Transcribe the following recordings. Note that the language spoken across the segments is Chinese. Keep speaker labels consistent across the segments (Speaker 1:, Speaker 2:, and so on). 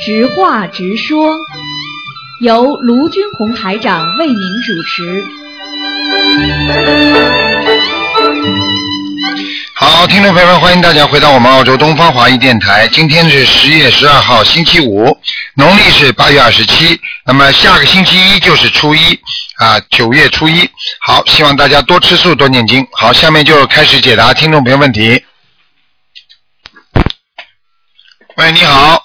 Speaker 1: 直话直说，由卢军红台长为您主持。
Speaker 2: 好，听众朋友们，欢迎大家回到我们澳洲东方华语电台。今天是十月十二号，星期五，农历是八月二十七。那么下个星期一就是初一啊，九月初一。好，希望大家多吃素，多念经。好，下面就开始解答听众朋友问题。喂，你好，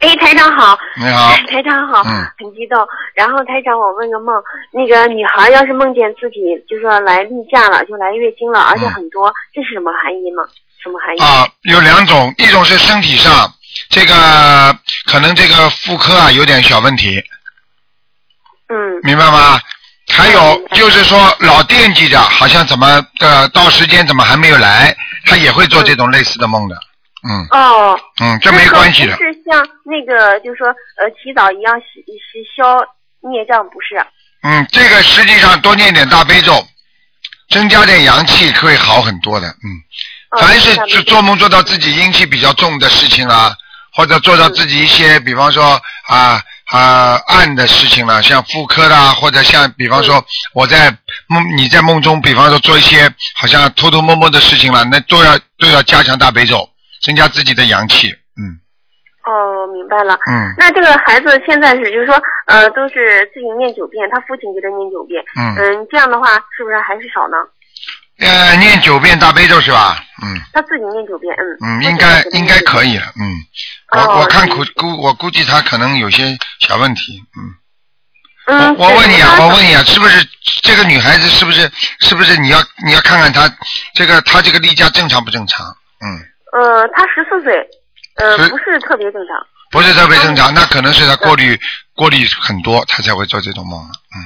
Speaker 3: 哎，台长好，
Speaker 2: 你好，
Speaker 3: 台长好，
Speaker 2: 嗯
Speaker 3: 很激动。然后台长，我问个梦，那个女孩要是梦见自己就说来例假了，就来月经了，而且很多，这是什么含义吗？什么含义？
Speaker 2: 嗯啊，有两种，一种是身体上，这个可能这个妇科啊有点小问题，
Speaker 3: 嗯
Speaker 2: 明白吗？还有
Speaker 3: 明白
Speaker 2: 就是说老惦记着，好像怎么呃到时间怎么还没有来，他也会做这种类似的梦的。嗯
Speaker 3: 哦，
Speaker 2: 嗯，这没关系的
Speaker 3: 那个。不是像那个就说呃洗澡一样洗洗消孽障，不是？哦
Speaker 2: 嗯，这个实际上多念点大悲咒，增加点阳气会好很多的。嗯，
Speaker 3: 哦
Speaker 2: 凡是
Speaker 3: 那
Speaker 2: 做
Speaker 3: 没
Speaker 2: 做梦做到自己阴气比较重的事情啊，或者做到
Speaker 3: 嗯
Speaker 2: 自己一些，比方说啊啊暗的事情了、像妇科啦、或者像比
Speaker 3: 嗯
Speaker 2: 方说我在梦你在梦中，比方说做一些好像偷偷摸摸的事情了、那都要都要加强大悲咒，增加自己的阳气。嗯
Speaker 3: 哦，明白了。
Speaker 2: 嗯
Speaker 3: 那这个孩子现在是就是说呃都是自己念九遍，他父亲给他念九遍，
Speaker 2: 嗯，
Speaker 3: 嗯，这样的话是不是还是少呢？
Speaker 2: 呃，念九遍大悲咒是吧？嗯。
Speaker 3: 他自己念九遍，嗯。
Speaker 2: 嗯，应该应该
Speaker 3: 以。
Speaker 2: 可以了，嗯，
Speaker 3: 哦
Speaker 2: 我我看
Speaker 3: 嗯
Speaker 2: 估估我估计他可能有些小问题，嗯，
Speaker 3: 嗯，
Speaker 2: 我我问你啊，
Speaker 3: 对
Speaker 2: 我问你啊，是不是这个女孩子是不是是不是你要你要看看她这个她这个例假正常不正常？嗯，
Speaker 3: 呃，他十四岁，呃
Speaker 2: 是，
Speaker 3: 不是特别正常。
Speaker 2: 不是特别正常，那可嗯能是她过滤过滤很多，她才会做这种梦了，嗯，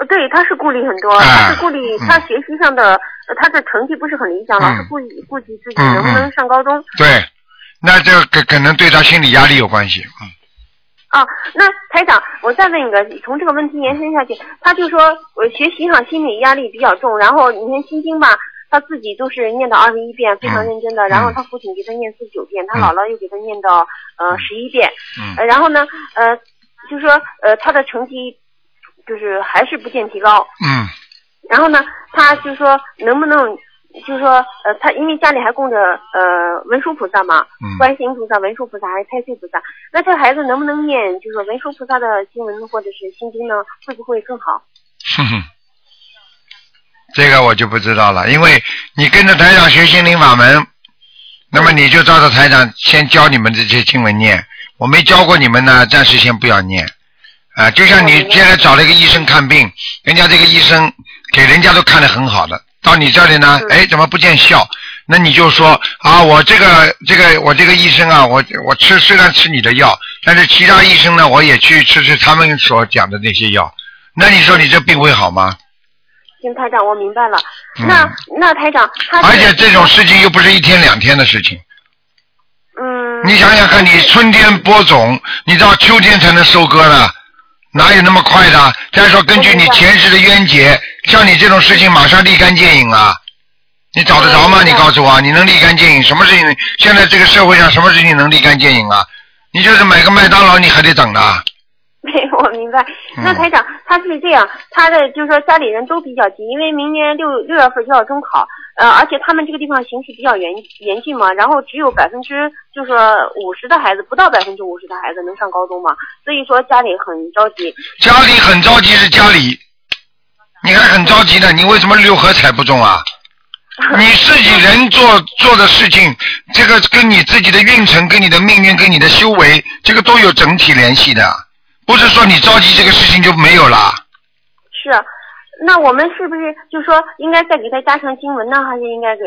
Speaker 3: 呃对，他是顾虑很多，
Speaker 2: 哎
Speaker 3: 他是顾虑
Speaker 2: 嗯
Speaker 3: 他学习上的，呃他的成绩不是很理想，老是
Speaker 2: 嗯
Speaker 3: 顾及顾及自己能不
Speaker 2: 嗯
Speaker 3: 能上高中
Speaker 2: 对，那这个可可能对她心理压力有关系，嗯，
Speaker 3: 啊。那台长，我再问一个，从这个问题延伸下去，他就说我学习上心理压力比较重，然后你看心经吧。他自己都是念到二十一遍，非常认真的。然后他父亲给他念四十九遍，他
Speaker 2: 嗯
Speaker 3: 姥姥又给他念到呃十一遍。
Speaker 2: 嗯
Speaker 3: 呃，然后呢，呃，就说呃他的成绩就是还是不见提高。
Speaker 2: 嗯
Speaker 3: 然后呢，他就说能不能，就说呃他因为家里还供着呃文殊菩萨嘛，
Speaker 2: 嗯，
Speaker 3: 观世音菩萨、文殊菩萨还有太岁菩萨，那这孩子能不能念就是文殊菩萨的经文或者是心经呢？会不会更好？
Speaker 2: 哼哼。这个我就不知道了，因为你跟着台长学心灵法门，那么你就照着台长先教你们这些经文念。我没教过你们呢，暂时先不要念。啊，就像你
Speaker 3: 哦
Speaker 2: 现在找了一个医生看病，人家这个医生给人家都看得很好的，到你这里呢，
Speaker 3: 嗯
Speaker 2: 哎，怎么不见效？那你就说啊，我这个这个我这个医生啊，我我吃虽然吃你的药，但是其他医生呢，我也去吃吃他们所讲的那些药。那你说你这病会好吗？
Speaker 3: 行，台长，我明白了。
Speaker 2: 嗯
Speaker 3: 那那台长，他
Speaker 2: 而且这种事情又不是一天两天的事情，
Speaker 3: 嗯，
Speaker 2: 你想想看，你春天播种，你到秋天才能收割呢，哪有那么快的？啊再说，根据你前世的冤结，像你这种事情马上立竿见影啊！你找得着吗？
Speaker 3: 嗯
Speaker 2: 你告诉我，啊你能立竿见影？什么事情？现在这个社会上什么事情能立竿见影啊？你就是买个麦当劳，你还得等啊呢。
Speaker 3: 对，我明白。
Speaker 2: 嗯
Speaker 3: 那台长他是这样，他的就是说家里人都比较急，因为明年六六月份就要中考，呃，而且他们这个地方形势比较严严峻嘛，然后只有百分之就是说五十的孩子，不到百分之五十的孩子能上高中嘛，所以说家里很着急。
Speaker 2: 家里很着急是家里，你还很着急呢，你为什么六合彩不中啊？你自己人做做的事情，这个跟你自己的运程、跟你的命运、跟你的修为，这个都有整体联系的，不是说你着急这个事情就没有啦。
Speaker 3: 是，那我们是不是就说应该再给他加强经文呢，还是应该给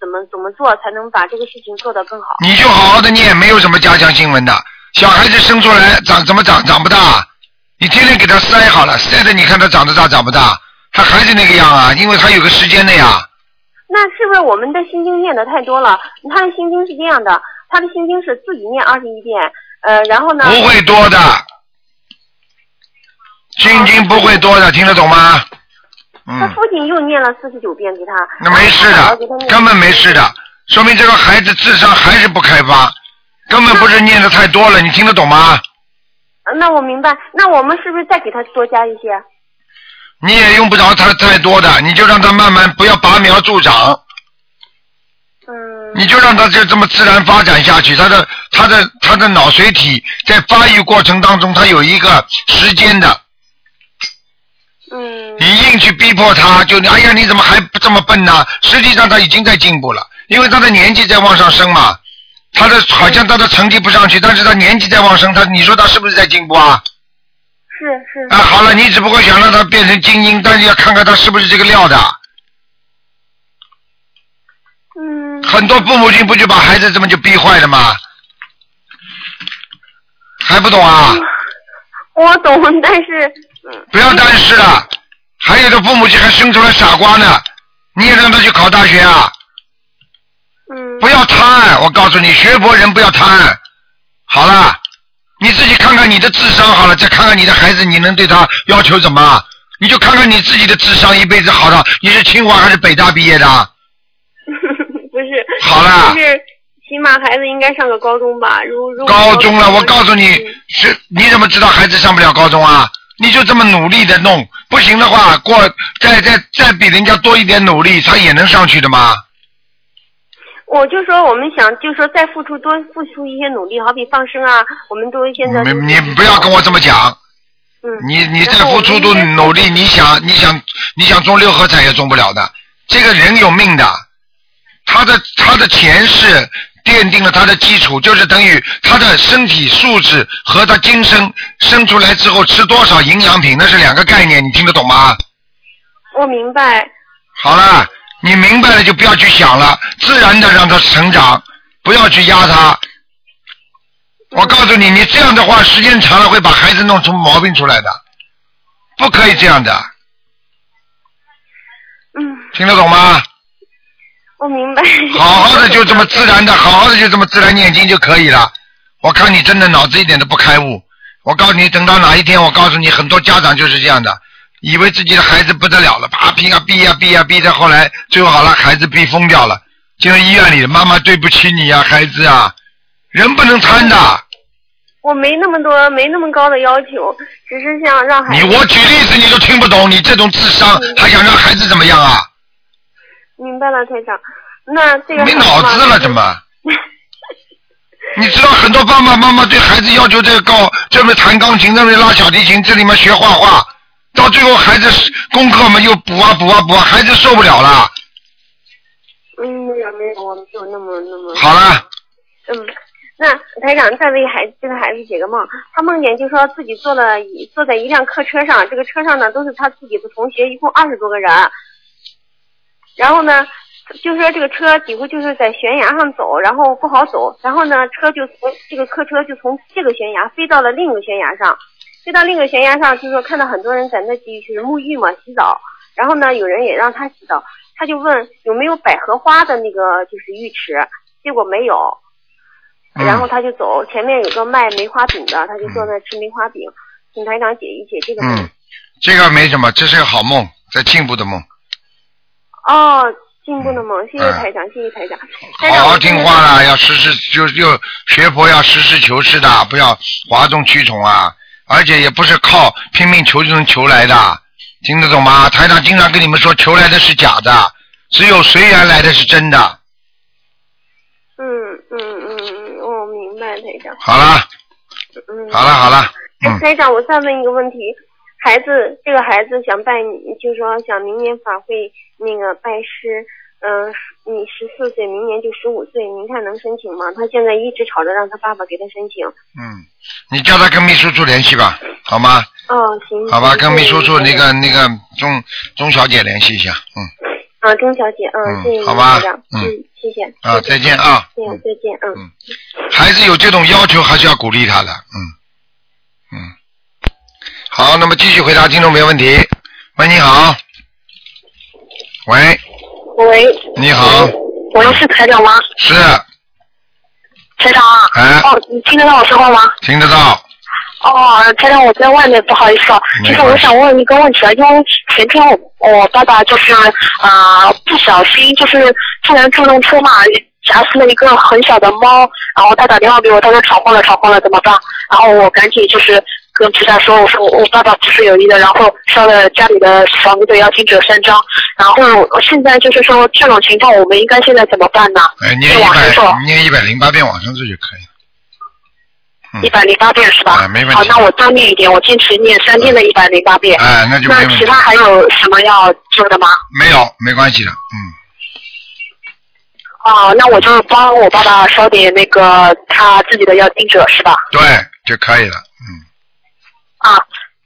Speaker 3: 怎么怎么做才能把这个事情做得更好？
Speaker 2: 你就好好的念，没有什么加强新闻的。小孩子生出来长怎么长长不大，你天天给他塞好了，塞的你看他长得大长不大，他还是那个样啊，因为他有个时间的呀。
Speaker 3: 那是不是我们的心经念的太多了？他的心经是这样的，他的心经是自己念二十一遍，呃，然后呢，
Speaker 2: 不会多的，心经不会多
Speaker 3: 啊
Speaker 2: 的，听得懂吗？
Speaker 3: 他
Speaker 2: 嗯，
Speaker 3: 父亲又念了四十九遍给他，
Speaker 2: 那没事
Speaker 3: 然后他姥姥
Speaker 2: 的
Speaker 3: 给他，念
Speaker 2: 根本没事的，说明这个孩子智商还是不开发，根本不是念的太多了，你听得懂吗？
Speaker 3: 呃那我明白，那我们是不是再给他多加一些？
Speaker 2: 你也用不着他太多的，你就让他慢慢不要拔苗助长，
Speaker 3: 嗯，
Speaker 2: 你就让他就这么自然发展下去。他的他的他的脑髓体在发育过程当中，他有一个时间的，
Speaker 3: 嗯，
Speaker 2: 你硬去逼迫他，就哎呀你怎么还不这么笨呢？实际上他已经在进步了，因为他的年纪在往上升嘛，他的好像他的成绩不上去，但是他年纪在往上，他你说他是不是在进步啊？
Speaker 3: 是是，
Speaker 2: 啊，好了，你只不过想让他变成精英，但是要看看他是不是这个料的。
Speaker 3: 嗯，
Speaker 2: 很多父母亲不就把孩子这么就逼坏了吗？还不懂啊？
Speaker 3: 我懂， 但是，嗯，
Speaker 2: 不要但是了，还有的父母亲还生出来傻瓜呢，你也让他去考大学啊？
Speaker 3: 嗯，
Speaker 2: 不要贪，我告诉你，学佛人不要贪。好了，你自己看看你的智商好了，再看看你的孩子，你能对他要求怎么？你就看看你自己的智商，一辈子好了，你是清华还是北大毕业的？
Speaker 3: 不是，
Speaker 2: 好了
Speaker 3: 就是起码孩子应该上个高中吧。如如果
Speaker 2: 高中了，我告诉你
Speaker 3: 嗯，
Speaker 2: 是你怎么知道孩子上不了高中啊？你就这么努力的弄，不行的话，过再再再比人家多一点努力，他也能上去的嘛。
Speaker 3: 我就说我们想，就说再付出多付出一些努力，好比放生啊，我们都现在
Speaker 2: 你
Speaker 3: 都是
Speaker 2: 你不要跟我这么讲，
Speaker 3: 嗯，
Speaker 2: 你你再
Speaker 3: 然后
Speaker 2: 付出多
Speaker 3: 我们应该
Speaker 2: 努力，你想你想你想中六合彩也中不了的。这个人有命的，他的他的前世奠定了他的基础，就是等于他的身体素质和他今生生出来之后吃多少营养品，那是两个概念，你听得懂吗？
Speaker 3: 我明白，
Speaker 2: 好了，你明白了就不要去想了，自然的让他成长，不要去压他。我告诉你，你这样的话，时间长了会把孩子弄出毛病出来的，不可以这样的，
Speaker 3: 嗯，
Speaker 2: 听得懂吗？
Speaker 3: 我明白。
Speaker 2: 好好的就这么自然的，好好的就这么自然念经就可以了。我看你真的脑子一点都不开悟。我告诉你，等到哪一天，我告诉你，很多家长就是这样的，以为自己的孩子不得了了，啪拼啊逼啊逼啊逼，到后来最后好了，孩子逼疯掉了，进了医院里，妈妈对不起你呀、孩子啊，人不能贪的。
Speaker 3: 我没那么多，没那么高的要求，只是想让孩
Speaker 2: 你
Speaker 3: 子。
Speaker 2: 我举例子你都听不懂，你这种智商还想让孩子怎么样啊？
Speaker 3: 明白了，台长。那这个
Speaker 2: 没
Speaker 3: 孩子
Speaker 2: 脑
Speaker 3: 嘛
Speaker 2: 子了
Speaker 3: 就是
Speaker 2: 怎 么？你知道很多爸爸妈妈对孩子要求这个高，这边弹钢琴，那边拉小提琴，这里面学画画，到最后孩子是功课嘛又补啊补啊补啊，孩子受不了了。
Speaker 3: 嗯，没有没有，我没有那么那么。
Speaker 2: 好了，
Speaker 3: 嗯，那台长再为孩子这个孩子解个梦，他梦见就说自己坐了一坐在一辆客车上，这个车上呢都是他自己的同学，一共二十多个人。然后呢，就说这个车几乎就是在悬崖上走，然后不好走，然后呢，车就从这个客车就从这个悬崖飞到了另一个悬崖上，飞到另一个悬崖上，就说看到很多人在那地就是沐浴嘛，洗澡，然后呢，有人也让他洗澡，他就问有没有百合花的那个就是浴池，结果没有，
Speaker 2: 嗯
Speaker 3: 哎然后他就走，前面有个卖梅花饼的，他就坐那吃梅花饼，请台长解一解这个梦。
Speaker 2: 嗯，这个没什么，这是个好梦，在进步的梦，
Speaker 3: 哦，进步的梦，谢谢台长，谢谢台长。台长
Speaker 2: 嗯好好听话。啊啦，要实事就就学佛要实事求是的，不要哗众取宠啊，而且也不是靠拼命求就能求来的，听得懂吗？台长经常跟你们说，求来的是假的，只有随缘来的是真的。
Speaker 3: 嗯嗯嗯嗯，我明白台长。
Speaker 2: 好了，
Speaker 3: 嗯。
Speaker 2: 好了，好了，
Speaker 3: 哎，
Speaker 2: 嗯，
Speaker 3: 台长，我再问一个问题，孩子，这个孩子想拜你，就说想明年法会那个拜师，嗯、你十四岁，明年就十五岁，您看能申请吗？他现在一直吵着让他爸爸给他申请。
Speaker 2: 嗯，你叫他跟秘书处联系吧，好吗？
Speaker 3: 哦，行。
Speaker 2: 好吧，
Speaker 3: 行
Speaker 2: 跟秘书处那。
Speaker 3: 谢谢
Speaker 2: 个那个钟钟小姐联系一下，嗯，
Speaker 3: 啊，钟小姐，嗯，
Speaker 2: 嗯
Speaker 3: 谢谢您，
Speaker 2: 好吧
Speaker 3: 台长，
Speaker 2: 嗯
Speaker 3: 嗯，谢谢。
Speaker 2: 啊，再见啊，
Speaker 3: 谢谢，再见，嗯。
Speaker 2: 孩子有这种要求，还是要鼓励他的，嗯，嗯，好，那么继续回答听众没问题。喂，你好，喂，
Speaker 4: 喂，
Speaker 2: 你好，
Speaker 4: 喂，是台长吗？
Speaker 2: 是，
Speaker 4: 台长啊，
Speaker 2: 哎，
Speaker 4: 哦，你听得到我说话吗？
Speaker 2: 听得到，
Speaker 4: 哦，台长，我在外面，不好意思啊。
Speaker 2: 没
Speaker 4: 就
Speaker 2: 关系
Speaker 4: 是我想问一个问题啊，因为前天啊我我爸爸就是啊、呃不小心就是竟然撞动车嘛，夹死了一个很小的猫，然后他打电话给我，他说闯祸了，闯祸了，怎么办？然后我赶紧就是跟菩萨说，我说我爸爸不是有意的，然后烧了家里的房子的邀请者三张，然后我现在就是说这种情况，我们应该现在怎么办呢？
Speaker 2: 哎，念
Speaker 4: 就
Speaker 2: 一
Speaker 4: 往上
Speaker 2: 百
Speaker 4: 送
Speaker 2: 念一百零八遍往上咒就可以了。嗯
Speaker 4: 一百零八遍是吧？
Speaker 2: 啊没问题
Speaker 4: 好，那我多念一点，我坚持念三天的一百零八遍。
Speaker 2: 哎，那就没
Speaker 4: 那
Speaker 2: 问
Speaker 4: 其
Speaker 2: 题
Speaker 4: 他。还有什么要做的吗？
Speaker 2: 没有，没关系的，嗯，
Speaker 4: 哦，那我就是帮我爸爸烧点那个他自己的要定者是吧？
Speaker 2: 对，就可以了，嗯。
Speaker 4: 啊，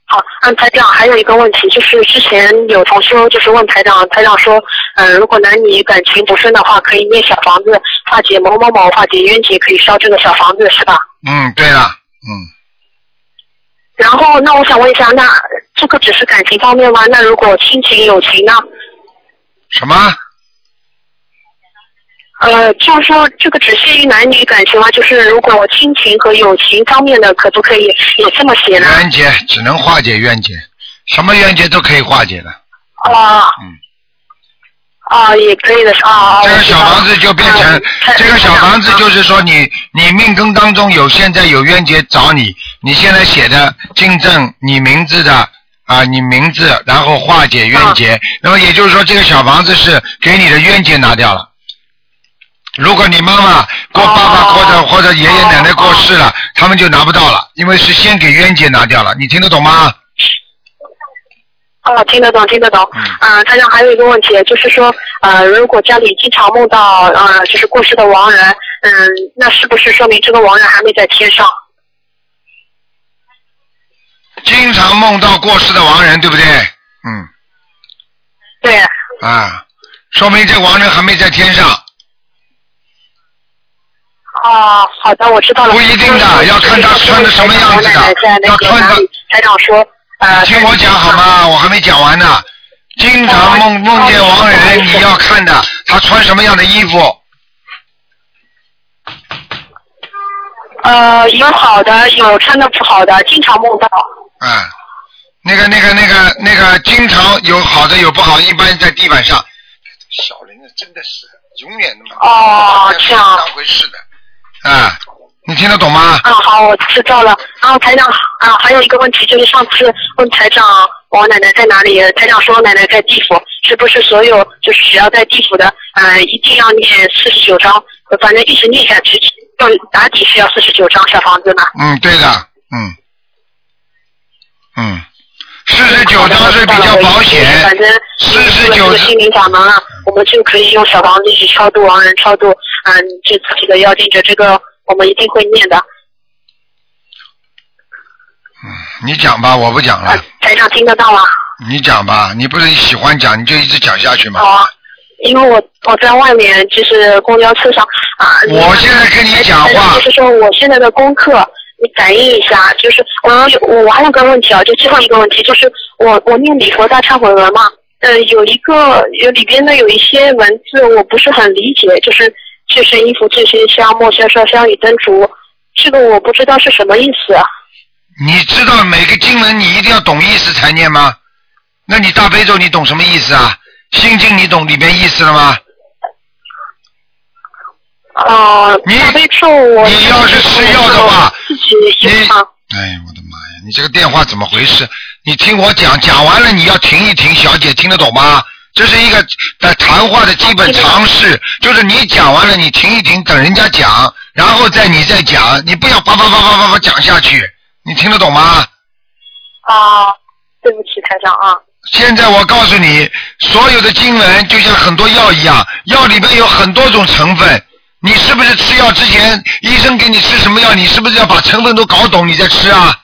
Speaker 4: 好，嗯，台长还有一个问题，就是之前有同修就是问台长，台长说，嗯、如果男女感情不顺的话，可以念小房子化解某某某，化解冤结，可以烧这个小房子是吧？
Speaker 2: 嗯，对了，嗯，
Speaker 4: 然后，那我想问一下，那这个只是感情方面吗？那如果亲情、友情呢？
Speaker 2: 什么？
Speaker 4: 呃，就是说这个只限于男女感情吗？就是如果亲情和友情方面的，可不可以也这么写呢？
Speaker 2: 冤结只能化解冤结，什么冤结都可以化解的。
Speaker 4: 啊、
Speaker 2: 嗯
Speaker 4: 啊、也可以的是啊。
Speaker 2: 这
Speaker 4: 我
Speaker 2: 个
Speaker 4: 知
Speaker 2: 小
Speaker 4: 道了
Speaker 2: 房子就变成
Speaker 4: 嗯太
Speaker 2: 这个小房子，就是说你你命根当中有现在有冤结找你，你现在写的订正你名字的啊，你名字，然后化解
Speaker 4: 啊
Speaker 2: 冤结。那么也就是说，这个小房子是给你的冤结拿掉了。如果你妈妈过爸
Speaker 4: 哦
Speaker 2: 爸或者或者爷爷奶奶过世了，他们就拿不到了，因为是先给冤结拿掉了。你听得懂吗？
Speaker 4: 哦，听得懂，听得懂。
Speaker 2: 嗯
Speaker 4: 啊、台长还有一个问题，就是说，呃，如果家里经常梦到，呃，就是过世的亡人，嗯、那是不是说明这个亡人还没在天上？
Speaker 2: 经常梦到过世的亡人，对不对？嗯
Speaker 4: 对，
Speaker 2: 啊，说明这亡人还没在天上。
Speaker 4: 哦，好的，我知道了。
Speaker 2: 不一定的
Speaker 4: 就是
Speaker 2: 要看他穿得什么样子的
Speaker 4: 我奶奶在那个
Speaker 2: 要看
Speaker 4: 哪里？台长说，呃，
Speaker 2: 听我讲好？吗？我还没讲完呢。经常梦梦见亡人，你要看的他穿什么样的衣服。
Speaker 4: 呃，有好的，有穿的不好的，经常梦到。
Speaker 2: 啊，那个那个那个那个，经常有好的有不好，一般在地板上。小玲子真的是永远那么
Speaker 4: 哦这样
Speaker 2: 当回事的。啊，你听得懂吗？
Speaker 4: 啊，好，我知道了。然后台长啊，还有一个问题就是上次问台长我奶奶在哪里，台长说我奶奶在地府，是不是所有就是只要在地府的，呃，一定要念四十九章，反正一直念下去，要打底是要四十九章小房子呢？
Speaker 2: 嗯，对的，嗯，嗯，四十九张是比较保险
Speaker 4: 反。正这个心灵法门啊，我们就可以用小房子去超度啊亡人，超度嗯这自己的妖精者，这个我们一定会念的。
Speaker 2: 啊你讲吧，我不讲
Speaker 4: 啊
Speaker 2: 了。，
Speaker 4: 台长听得到吗？
Speaker 2: 你讲吧，你不是喜欢讲，你就一直讲下去嘛。
Speaker 4: 好啊，因为我我在外面就是公交车上啊。
Speaker 2: 我现在跟你讲哎
Speaker 4: 但是
Speaker 2: 话
Speaker 4: 就，是说我现在的功课，你感应一下。就是我有我还有个问题啊，就最后一个问题，就是我我念礼佛大忏悔文嘛，呃，有一个有里边的有一些文字我不是很理解，就是这身衣服这身香，莫宣烧香以灯烛，这个我不知道是什么意思啊。
Speaker 2: 你知道每个经文你一定要懂意思才念吗？那你大悲咒你懂什么意思啊？心经你懂里面意思了吗？
Speaker 4: 哦、
Speaker 2: 你
Speaker 4: 大悲咒我
Speaker 2: 你要是吃药的话
Speaker 4: 自己
Speaker 2: 你
Speaker 4: 也唱。
Speaker 2: 哎，我的妈呀！你这个电话怎么回事？你听我讲，讲完了你要停一停，小姐听得懂吗？这是一个呃谈话的基本常识，就是你讲完了，你停一停，等人家讲，然后再你再讲，你不要叭叭叭叭叭叭讲下去，你听得懂吗？
Speaker 4: 啊，对不起，台长啊。
Speaker 2: 现在我告诉你，所有的经文就像很多药一样，药里面有很多种成分。你是不是吃药之前，医生给你吃什么药，你是不是要把成分都搞懂你再吃啊？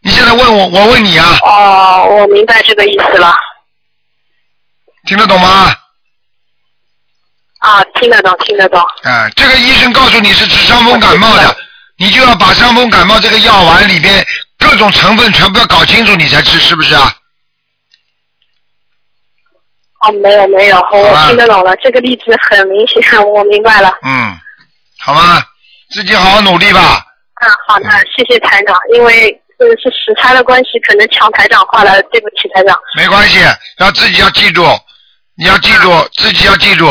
Speaker 2: 你现在问我，我问你啊，
Speaker 4: 哦，我明白这个意思了。
Speaker 2: 听得懂吗？
Speaker 4: 啊，听得懂，听得懂。
Speaker 2: 啊，这个医生告诉你是治伤风感冒的，你就要把伤风感冒这个药丸里边各种成分全部要搞清楚，你才吃，是不是啊？
Speaker 4: 哦，没有没有，
Speaker 2: 吧
Speaker 4: 我听得懂了。这个例子很明显， 我明白了。
Speaker 2: 嗯，好吗？自己好好努力吧。
Speaker 4: 啊，好的，谢谢台长。因为这个是时差的关系，可能抢台长话了，对不起台长。
Speaker 2: 没关系，要自己要记住，你要记住自己要记住，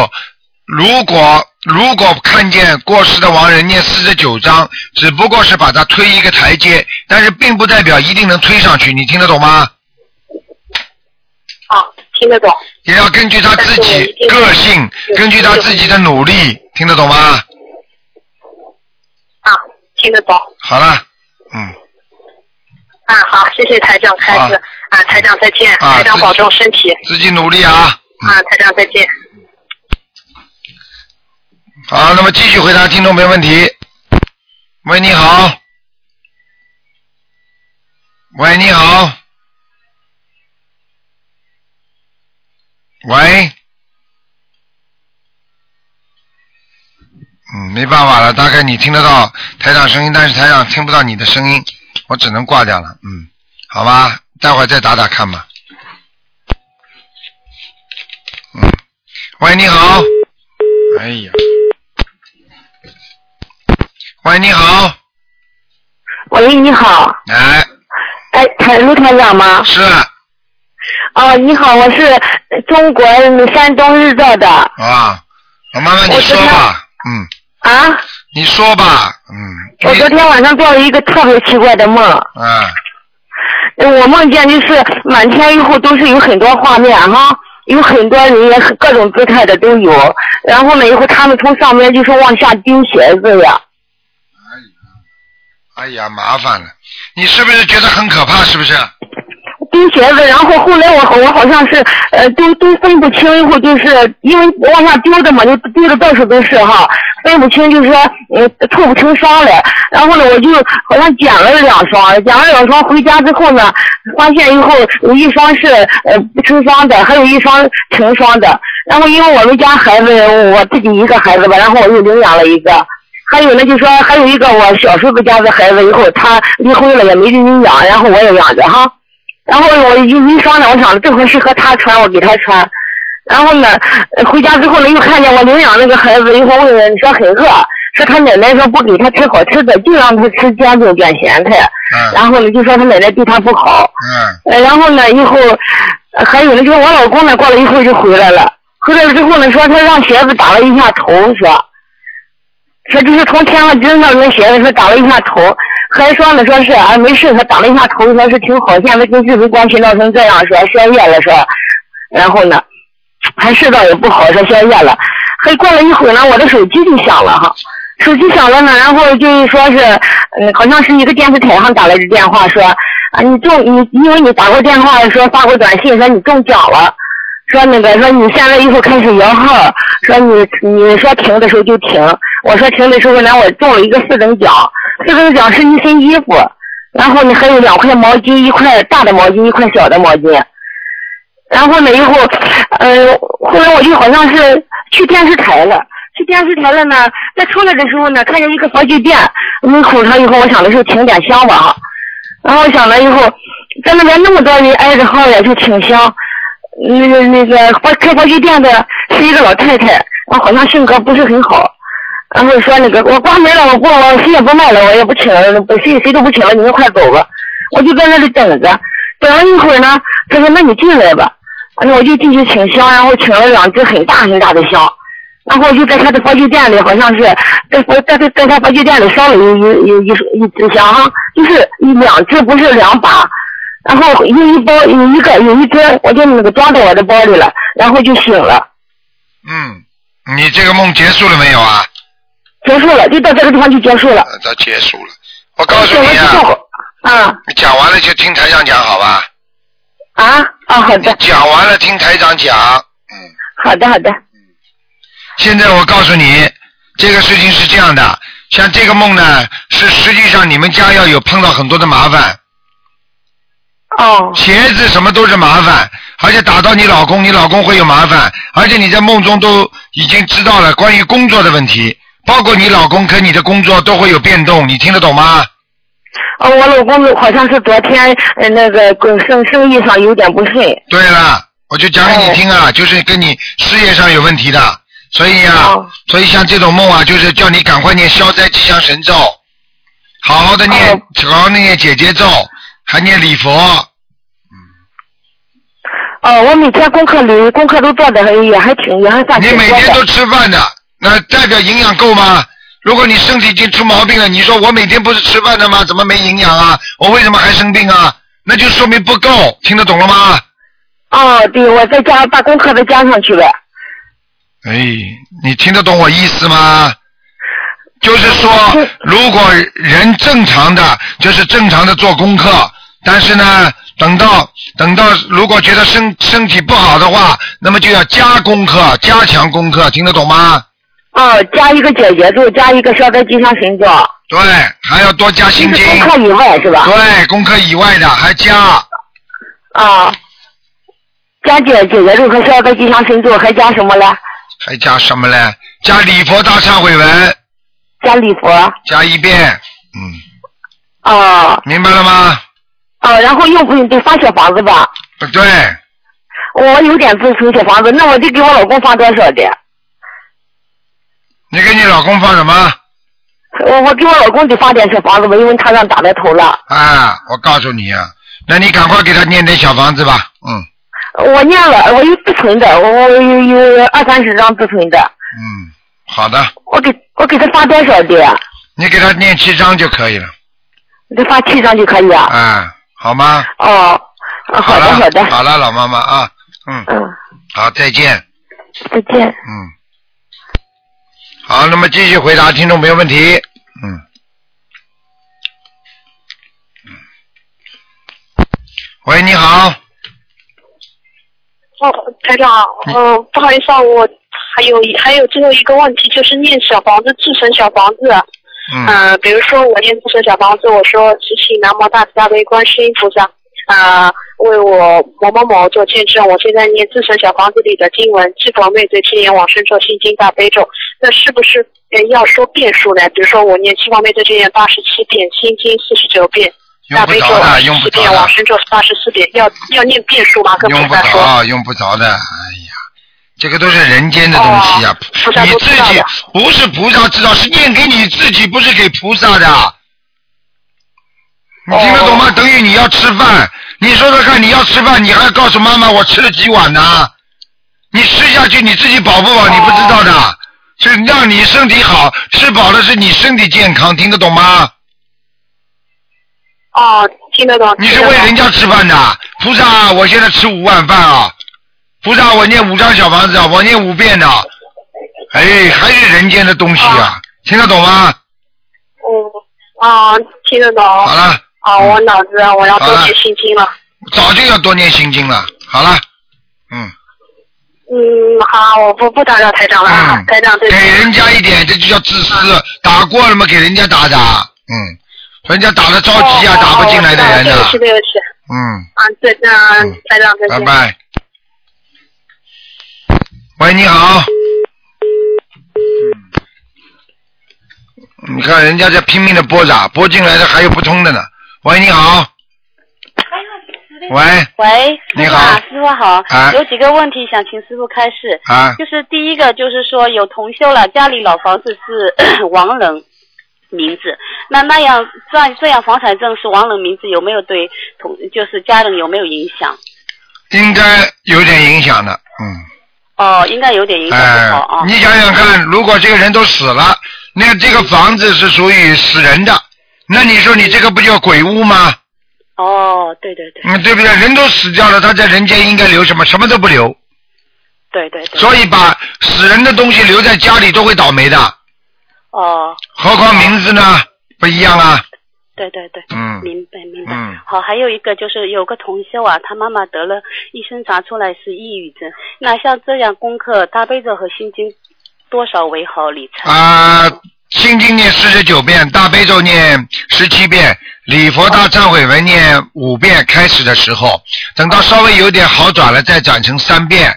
Speaker 2: 如果如果看见过世的亡人念四十九章，只不过是把他推一个台阶，但是并不代表一定能推上去，你听得懂吗？
Speaker 5: 啊，听得懂。
Speaker 2: 也要根据他自
Speaker 5: 但是我
Speaker 2: 己
Speaker 5: 一定
Speaker 2: 个性，根据他自己的努力，听得懂吗？
Speaker 5: 啊，听得懂。
Speaker 2: 好了，嗯，
Speaker 5: 啊，好，谢谢台长开示。
Speaker 2: 啊
Speaker 5: 啊台长再见。
Speaker 2: 啊
Speaker 5: 台长
Speaker 2: 自
Speaker 5: 保重身体。
Speaker 2: 自己努力啊。嗯
Speaker 5: 啊，台长再见。
Speaker 2: 好，那么继续回答听众朋友问题。喂，你好。喂，你好。喂。嗯，没办法了，大概你听得到台长声音，但是台长听不到你的声音，我只能挂掉了。嗯，好吧，待会儿再打打看吧。嗯，喂，你好。哎呀。喂，你好，
Speaker 5: 喂，你好，
Speaker 2: 哎，
Speaker 5: 台台陆台长吗？
Speaker 2: 是啊，
Speaker 5: 啊，你好，我是中国山东日照的。
Speaker 2: 啊我慢慢你
Speaker 5: 我
Speaker 2: 说
Speaker 5: 昨天
Speaker 2: 吧，嗯，
Speaker 5: 啊，
Speaker 2: 你说吧，嗯，
Speaker 5: 我昨
Speaker 2: 你
Speaker 5: 天晚上做了一个特别奇怪的梦，
Speaker 2: 啊，
Speaker 5: 哎我梦见就是满天以后都是有很多画面哈，有很多人也是各种姿态的都有，然后呢以后他们从上面就是往下丢鞋子呀，
Speaker 2: 哎呀，麻烦了，你是不是觉得很可怕？是不啊是？
Speaker 5: 丢鞋子，然后后来我好我好像是呃都都分不清，以后就是因为往下丢的嘛，就丢的到处都是哈，分不清就是说呃凑不成双来。然后呢，我就好像捡了两双，捡了两双回家之后呢，发现以后有一双是呃不成双的，还有一双成双的。然后因为我们家孩子我自己一个孩子吧，然后我又领养了一个。还有呢，就说还有一个我小叔叔家的孩子，以后他离婚了也没人养，然后我也养着哈。然后我一一商量，我想这回适合他穿，我给他穿。然后呢，呃回家之后呢，又看见我领养那个孩子，一会儿问人说很饿，说他奶奶说不给他吃好吃的，就让他吃煎饼卷咸菜。
Speaker 2: 嗯
Speaker 5: 然后呢，就说他奶奶对他不好。
Speaker 2: 嗯，
Speaker 5: 呃，然后呢，以后呃还有呢，就是我老公呢，过了一会儿就回来了。回来了之后呢，说他让鞋子打了一下头，说，说这是从天上扔上那鞋子，说打了一下头，还说呢，说是啊没事，他打了一下头，说是挺好，现在跟自己关系闹成这样，说宵夜了，说，然后呢，还世道也不好，说宵夜了。还过了一会儿呢，我的手机就响了哈，手机响了呢，然后就是说是，嗯，好像是一个电视台上打来的电话说，啊，你中你因为你打过电话说发过短信说你中奖了，说那个说你现在以后开始摇号，说你你说停的时候就停，我说停的时候呢我中了一个四等奖，四等奖是一身衣服，然后呢还有两块毛巾，一块大的毛巾，一块小的毛巾。然后呢，以后，呃，后来我就好像是去电视台了，去电视台了呢。在出来的时候呢，看见一个佛具店门口上，以后我想的是请点香吧哈。然后我想了以后，在那边那么多人挨着号也就挺香。那个那个佛开佛具店的是一个老太太，然后好像性格不是很好。然后说那个我关门了，我不我谁也不卖了，我也不请了，不谁谁都不请了，你们快走吧。我就在那里等着，等了一会儿呢，他说那你进来吧。那我就进去请香，然后请了两只很大很大的香，然后就在他的佛具店里，好像是在佛在在在他佛具店里烧了一一一一一支香哈，就是一两只，不是两把。然后有一包有一个有一只，我就那个装到我的包里了，然后就醒了，
Speaker 2: 嗯，你这个梦结束了没有啊？
Speaker 5: 结束了，就到这个地方就结束了。
Speaker 2: 呃早结束了，我告诉
Speaker 5: 醒了
Speaker 2: 你
Speaker 5: 之
Speaker 2: 啊，
Speaker 5: 后，啊
Speaker 2: 你讲完了就听台长讲好吧？
Speaker 5: 啊啊，好
Speaker 2: 你
Speaker 5: 的，
Speaker 2: 讲完了听台长讲。嗯
Speaker 5: 好的，好的，
Speaker 2: 现在我告诉你，这个事情是这样的，像这个梦呢，是实际上你们家要有碰到很多的麻烦，
Speaker 5: 哦
Speaker 2: 鞋子什么都是麻烦，而且打到你老公，你老公会有麻烦，而且你在梦中都已经知道了关于工作的问题，包括你老公跟你的工作都会有变动，你听得懂吗？
Speaker 5: 哦，我老公好像是昨天呃那个生生意上有点不顺，
Speaker 2: 对了，我就讲给你听啊，就是跟你事业上有问题的，所以呀、
Speaker 5: 哦
Speaker 2: 所以像这种梦啊，就是叫你赶快念消灾吉祥神咒，好好的念，好好的念姐姐咒，还念礼佛。
Speaker 5: 哦，我每天功课里功课都做的也还挺也还算
Speaker 2: 你
Speaker 5: 挺
Speaker 2: 每
Speaker 5: 多
Speaker 2: 天
Speaker 5: 的
Speaker 2: 都吃饭的，那代表营养够吗？如果你身体已经出毛病了，你说我每天不是吃饭的吗？怎么没营养啊？我为什么还生病啊？那就说明不够，听得懂了吗？
Speaker 5: 哦，对，我再加把功课再加上去呗。
Speaker 2: 哎，你听得懂我意思吗？就是说，如果人正常的，就是正常的做功课，但是呢，等到等到如果觉得身身体不好的话，那么就要加功课，加强功课，听得懂吗？
Speaker 5: 哦，加一个解决度，加一个消灾吉祥神咒，
Speaker 2: 对，还要多加心
Speaker 5: 就是
Speaker 2: 经，
Speaker 5: 功课以外是吧？
Speaker 2: 对，功课以外的还加，
Speaker 5: 啊，加解解决度和消灾吉祥神咒，还加什么嘞？
Speaker 2: 还加什么嘞？加礼佛大忏悔文，
Speaker 5: 加礼佛。
Speaker 2: 加一遍，嗯，
Speaker 5: 哦
Speaker 2: 明白了吗？
Speaker 5: 哦，然后用不用得发小房子吧？
Speaker 2: 不对，
Speaker 5: 我有点自存小房子，那我就给我老公发多少的？
Speaker 2: 你给你老公放什么？
Speaker 5: 我我给我老公得发点小房子吧，因为他让打白头了。
Speaker 2: 啊，我告诉你啊，那你赶快给他念点小房子吧，嗯
Speaker 5: 我念了，我有自存的，我我有有二三十张自存的，
Speaker 2: 嗯，好的，
Speaker 5: 我给我给他发多少的呀？
Speaker 2: 你给他念七章就可以了，
Speaker 5: 给他发七张就可以啊。
Speaker 2: 啊，好吗？
Speaker 5: 哦，啊好的
Speaker 2: 了
Speaker 5: 好的，
Speaker 2: 好了，老妈妈啊，嗯，
Speaker 5: 嗯，
Speaker 2: 好，再见，
Speaker 5: 再见。
Speaker 2: 嗯，好，那么继续回答听众没有问题，嗯。嗯喂，你好，
Speaker 4: 哦，台长，
Speaker 5: 哎
Speaker 4: 嗯、不好意思啊，我还有一还有最后一个问题，就是念小房子，自存小房子。
Speaker 2: 嗯，
Speaker 4: 呃，比如说我念自存小房子，我说只请南无大慈大悲观世音菩萨，啊，为我某某某做见证，我现在念自存小房子里的经文，是否妹对真言往生咒心经大悲咒？那是不是呃要说遍数呢？比如说我念七方妹对真言八十七遍，心经四十九遍。
Speaker 2: 用
Speaker 4: 大
Speaker 2: 不
Speaker 4: 悲咒
Speaker 2: 着
Speaker 4: 二
Speaker 2: 的，
Speaker 4: 十
Speaker 2: 用
Speaker 4: 七
Speaker 2: 不
Speaker 4: 遍，
Speaker 2: 着的
Speaker 4: 往，生咒八十四遍，要要念遍数吗？跟菩
Speaker 2: 用不
Speaker 4: 萨说。
Speaker 2: 着，用不着的。哎呀，这个都是人间的东西啊，
Speaker 4: 哦菩萨
Speaker 2: 你
Speaker 4: 都
Speaker 2: 自
Speaker 4: 知道
Speaker 2: 己
Speaker 4: 的
Speaker 2: 不是菩萨知道，是念给你自己，不是给菩萨的。你听得懂
Speaker 4: 哦
Speaker 2: 吗？等于你要吃饭，你说说看，你要吃饭，你还告诉妈妈我吃了几碗呢？你吃下去你自己饱不饱？你不知道
Speaker 4: 哦
Speaker 2: 的，是让你身体好，吃饱了是你身体健康，听得懂吗？
Speaker 4: 哦，听得懂。
Speaker 2: 你是
Speaker 4: 听得
Speaker 2: 为
Speaker 4: 懂
Speaker 2: 人家吃饭的，菩萨，我现在吃五碗饭啊，菩萨，我念五张小房子啊，我念五遍的，哎，还是人间的东西啊，听得懂吗？
Speaker 4: 嗯，啊，听得懂。
Speaker 2: 好了，嗯
Speaker 4: 啊，我脑子我要多
Speaker 2: 好了
Speaker 4: 学心经了。
Speaker 2: 早就要多念心经了，好了，嗯，
Speaker 4: 嗯，好，我不不打扰台长了啊，
Speaker 2: 嗯
Speaker 4: 台长对
Speaker 2: 给
Speaker 4: 不起。
Speaker 2: 人家一点，这就叫自
Speaker 4: 啊
Speaker 2: 私，打过了嘛，给人家打打，嗯，人家打的着急啊，
Speaker 4: 哦
Speaker 2: 打不进来的人
Speaker 4: 哦
Speaker 2: 呢
Speaker 4: 对不，起，对不起。
Speaker 2: 嗯，
Speaker 4: 啊，对，那
Speaker 2: 嗯
Speaker 4: 台长再
Speaker 2: 拜
Speaker 4: 见。
Speaker 2: 拜。喂，你好。
Speaker 4: 嗯
Speaker 2: 你看人家在拼命的拨打，拨进来的还有不通的呢。喂，你好。喂，
Speaker 6: 哎喂，
Speaker 2: 你
Speaker 6: 师傅
Speaker 2: 好
Speaker 6: 啊，师傅好，
Speaker 2: 啊
Speaker 6: 有几个问题想请师傅开示。
Speaker 2: 啊，
Speaker 6: 就是第一个，就是说有同修了，家里老房子是 亡人名字，那那样这样这样房产证是亡人名字，有没有对同就是家人有没有影响？
Speaker 2: 应该有点影响的，嗯。
Speaker 6: 哦，应该有点影响
Speaker 2: 哎、
Speaker 6: 不好啊。
Speaker 2: 你想想看，如果这个人都死了，那这个房子是属于死人的，那你说你这个不叫鬼屋吗？
Speaker 6: 哦，对对对
Speaker 2: 嗯，对不对？人都死掉了，他在人间应该留什么？什么都不留。
Speaker 6: 对对对。
Speaker 2: 所以把死人的东西留在家里都会倒霉的，
Speaker 6: 哦，
Speaker 2: 何况名字呢？不一样啊。
Speaker 6: 对对对。
Speaker 2: 嗯
Speaker 6: 明白明白，
Speaker 2: 嗯
Speaker 6: 好，还有一个就是有个同修啊，他妈妈得了，医生查出来是抑郁症。那像这样功课大悲咒和心经多少为好理财？
Speaker 2: 啊、心经念四十九遍，大悲咒念十七遍，礼佛大忏悔文念五遍。开始的时候，等到稍微有点好转了，再转成三遍。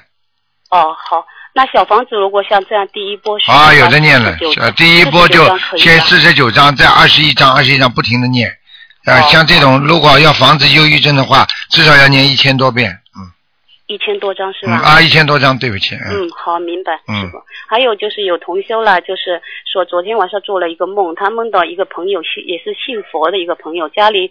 Speaker 6: 哦，好，那小房子如果像这样第一波是
Speaker 2: 啊，有的念了，呃，第一波就先四
Speaker 6: 是
Speaker 2: 十九章，再二十一章，二十一章不停的念。啊、
Speaker 6: 哦
Speaker 2: 像这种如果要防止忧郁症的话，至少要念一千多遍。嗯，
Speaker 6: 一千多张是
Speaker 2: 嗯
Speaker 6: 吧？
Speaker 2: 啊，一千多张，对不起，嗯
Speaker 6: 嗯，好，明白，
Speaker 2: 嗯
Speaker 6: 师傅。还有就是有同修了，就是说昨天晚上做了一个梦，他梦到一个朋友信也是信佛的一个朋友，家里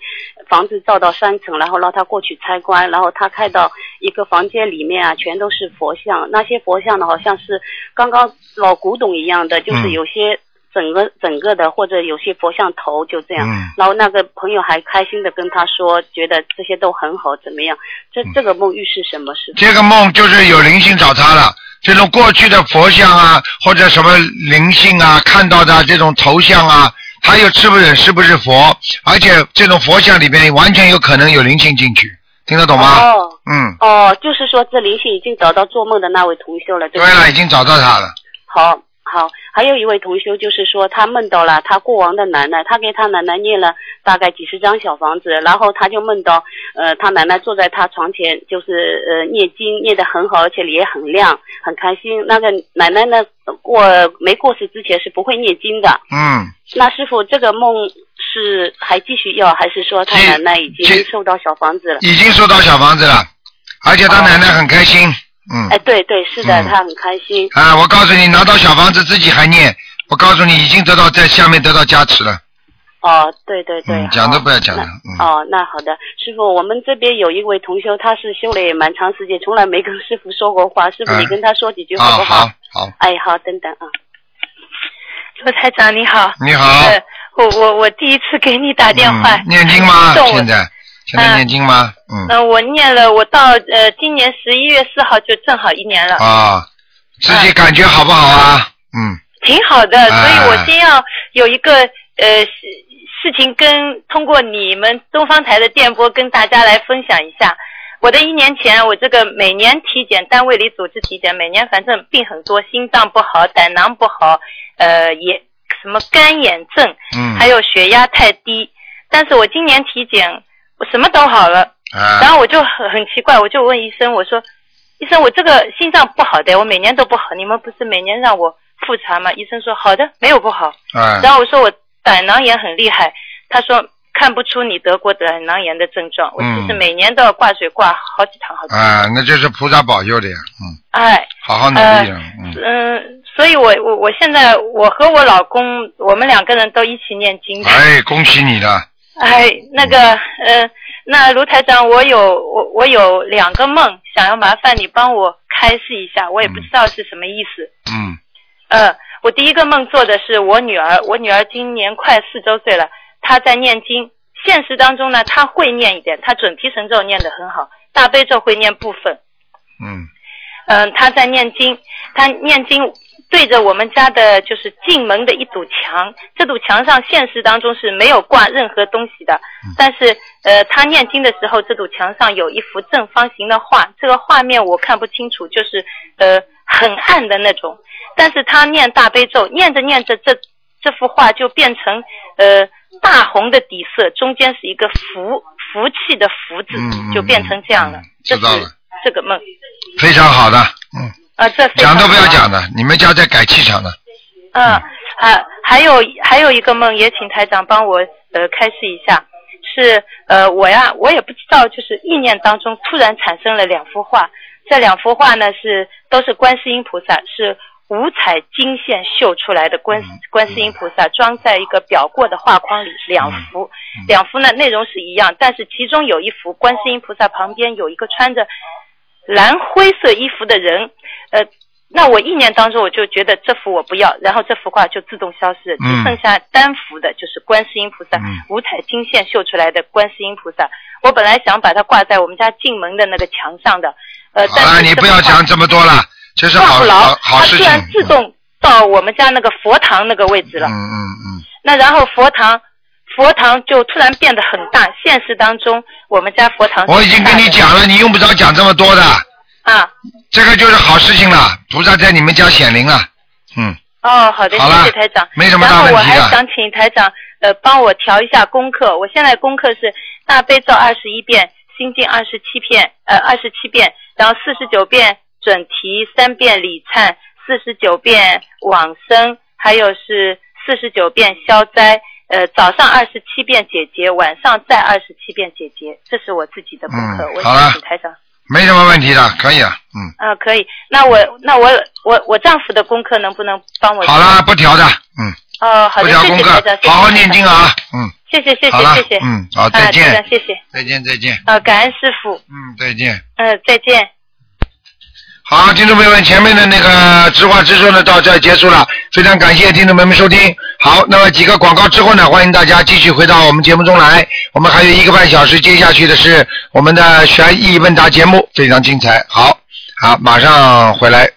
Speaker 6: 房子造到三层，然后让他过去参观，然后他看到一个房间里面啊，全都是佛像，那些佛像呢好像是刚刚老古董一样的，就是
Speaker 2: 嗯
Speaker 6: 有些。整个整个的，或者有些佛像头就这样，
Speaker 2: 嗯
Speaker 6: 然后那个朋友还开心的跟他说，觉得这些都很好，怎么样？这、
Speaker 2: 嗯
Speaker 6: 这个梦预示什么？是
Speaker 2: 这个梦就是有灵性找他了。这种过去的佛像啊，或者什么灵性啊，看到的这种头像啊，他又是不是是不是佛？而且这种佛像里边完全有可能有灵性进去，听得懂吗？
Speaker 6: 哦，
Speaker 2: 嗯，
Speaker 6: 哦，就是说这灵性已经找到做梦的那位同修了，对
Speaker 2: 对
Speaker 6: 不对？
Speaker 2: 了，已经找到他了。
Speaker 6: 好，好，还有一位同修就是说他梦到了他过往的奶奶，他给他奶奶念了大概几十张小房子，然后他就梦到，呃，他奶奶坐在他床前，就是呃念经念得很好，而且也很亮，很开心。那个奶奶呢，过没过世之前是不会念经的。
Speaker 2: 嗯，
Speaker 6: 那师傅，这个梦是还继续要，还是说他
Speaker 2: 继
Speaker 6: 奶奶已经
Speaker 2: 继嗯
Speaker 6: 收到小房子了？
Speaker 2: 已经收到小房子了，而且他奶奶很开心。嗯
Speaker 6: 哎，，对对，是的，
Speaker 2: 嗯
Speaker 6: 他很开心。
Speaker 2: 啊，我告诉你，拿到小房子自己还念，我告诉你，已经得到在下面得到加持了。
Speaker 6: 哦，对对对，
Speaker 2: 嗯，讲都
Speaker 6: 好
Speaker 2: 不要讲了。
Speaker 6: 那
Speaker 2: 嗯，
Speaker 6: 哦，那好的，师傅，我们这边有一位同修，他是修了也蛮长时间，从来没跟师傅说过话。师傅，
Speaker 2: 嗯
Speaker 6: 你跟他说几句好
Speaker 2: 啊，
Speaker 6: 不
Speaker 2: 好好，
Speaker 6: 哎，好，等等啊。
Speaker 7: 罗台长你好，
Speaker 2: 你好。
Speaker 7: 呃，我我我第一次给你打电话，呃
Speaker 2: 嗯、念经吗？
Speaker 7: 动我呃
Speaker 2: 现在现在念经吗？嗯
Speaker 7: 嗯、我念了，我到呃今年十一月四号就正好一年了，
Speaker 2: 啊，自己感觉好不好啊？
Speaker 7: 呃
Speaker 2: 嗯
Speaker 7: 挺好的，
Speaker 2: 哎
Speaker 7: 所以我先要有一个呃事事情跟通过你们东方台的电波跟大家来分享一下。我的一年前，我这个每年体检，单位里组织体检，每年反正病很多，心脏不好，胆囊不好，呃，也什么干眼症，
Speaker 2: 嗯，
Speaker 7: 还有血压太低。但是我今年体检，我什么都好了，然
Speaker 2: 啊
Speaker 7: 后我就很很奇怪，我就问医生，我说，医生，我这个心脏不好的，我每年都不好，你们不是每年让我复查吗？医生说好的，没有不好。
Speaker 2: 啊
Speaker 7: 然后我说我胆囊炎很厉害，他说看不出你得过胆囊炎的症状，我
Speaker 2: 嗯
Speaker 7: 就是每年都要挂水挂好几趟好几趟。
Speaker 2: 啊，那就是菩萨保佑的呀。嗯，
Speaker 7: 哎，
Speaker 2: 好好努力了。嗯
Speaker 7: 嗯，所以我我我现在我和我老公，我们两个人都一起念经的。
Speaker 2: 哎，恭喜你了。
Speaker 7: 哎，那个，呃，那卢台长，我有我我有两个梦，想要麻烦你帮我开示一下，我也不知道是什么意思。
Speaker 2: 嗯
Speaker 7: 呃，我第一个梦做的是我女儿，我女儿今年快四周岁了，她在念经。现实当中呢，她会念一点，她准提神咒念得很好，大悲咒会念部分。
Speaker 2: 嗯
Speaker 7: 嗯、她在念经，她念经对着我们家的就是进门的一堵墙，这堵墙上现实当中是没有挂任何东西的，
Speaker 2: 嗯
Speaker 7: 但是呃，他念经的时候，这堵墙上有一幅正方形的画，这个画面我看不清楚，就是呃很暗的那种。但是他念大悲咒，念着念着，这这幅画就变成呃大红的底色，中间是一个福福气的福字
Speaker 2: 嗯嗯，
Speaker 7: 就变成这样了
Speaker 2: 嗯。
Speaker 7: 这
Speaker 2: 知道
Speaker 7: 是
Speaker 2: 了
Speaker 7: 这个梦
Speaker 2: 非常好的。嗯，
Speaker 7: 啊，这非
Speaker 2: 讲
Speaker 7: 常
Speaker 2: 都不要
Speaker 7: 好
Speaker 2: 讲了，你们家在改气场呢。
Speaker 7: 嗯，还还有还有一个梦，也请台长帮我呃开示一下，是呃我呀，我也不知道，就是意念当中突然产生了两幅画，这两幅画呢是都是观世音菩萨，是五彩金线绣出来的观
Speaker 2: 嗯
Speaker 7: 世观世音菩萨装在一个裱过的画框里，两
Speaker 2: 嗯
Speaker 7: 幅，两幅呢内容是一样，但是其中有一幅观世音菩萨旁边有一个穿着蓝灰色衣服的人，呃，那我意念当中我就觉得这幅我不要，然后这幅画就自动消失了，
Speaker 2: 嗯
Speaker 7: 只剩下单幅的，就是观世音菩萨、
Speaker 2: 嗯
Speaker 7: 五彩金线绣出来的观世音菩萨。我本来想把它挂在我们家进门的那个墙上的，呃，
Speaker 2: 好
Speaker 7: 但
Speaker 2: 了，
Speaker 7: 是
Speaker 2: 你
Speaker 7: 这
Speaker 2: 不要
Speaker 7: 幅画
Speaker 2: 讲这么多了，这是
Speaker 7: 挂
Speaker 2: 好
Speaker 7: 不牢
Speaker 2: 好，好
Speaker 7: 它
Speaker 2: 事
Speaker 7: 居
Speaker 2: 情。
Speaker 7: 然自
Speaker 2: 嗯
Speaker 7: 动到我们家那个佛堂那个位置了。
Speaker 2: 嗯嗯
Speaker 7: 那然后佛堂，佛堂就突然变得很大。现实当中，我们家佛堂
Speaker 2: 嗯，我已经跟你
Speaker 7: 是很大的
Speaker 2: 讲了，你用不着讲这么多的，
Speaker 7: 啊。
Speaker 2: 这个就是好事情了，菩萨在你们家显灵了。嗯。
Speaker 7: 哦，好的，
Speaker 2: 好了
Speaker 7: 谢谢台长。
Speaker 2: 没什么大
Speaker 7: 然
Speaker 2: 问
Speaker 7: 后
Speaker 2: 题啊
Speaker 7: 我
Speaker 2: 的
Speaker 7: 还想请台长呃帮我调一下功课。我现在功课是大悲咒二十一遍，心经二十七遍，呃二十七遍，然后四十九遍准提，三遍礼忏，四十九遍往生，还有是四十九遍消灾。呃，早上二十七遍解结，晚上再二十七遍解结，这是我自己的功课。
Speaker 2: 嗯
Speaker 7: 我
Speaker 2: 好了
Speaker 7: 想请台长。
Speaker 2: 没什么问题的，可以了，嗯，
Speaker 7: 啊，可以。那我那我我我丈夫的功课能不能帮我？
Speaker 2: 好啦，不调的，嗯，
Speaker 7: 哦，好
Speaker 2: 不
Speaker 7: 的，
Speaker 2: 调
Speaker 7: 谢
Speaker 2: 功
Speaker 7: 谢台长
Speaker 2: 课，，好好念经啊，嗯，
Speaker 7: 谢谢台
Speaker 2: 好
Speaker 7: 长，
Speaker 2: 了
Speaker 7: 谢谢谢谢谢谢，，
Speaker 2: 嗯，好，
Speaker 7: 啊，
Speaker 2: 再
Speaker 7: 台
Speaker 2: 见
Speaker 7: 长，谢谢，
Speaker 2: 再见，再见，
Speaker 7: 啊，感恩师傅，
Speaker 2: 嗯，再见。
Speaker 7: 嗯，再见。
Speaker 2: 好，听众朋友们，前面的那个直话直说呢到这儿结束了，非常感谢听众朋友们收听。好，那么几个广告之后呢，欢迎大家继续回到我们节目中来。我们还有一个半小时，接下去的是我们的悬疑问答节目，非常精彩。好，好，马上回来。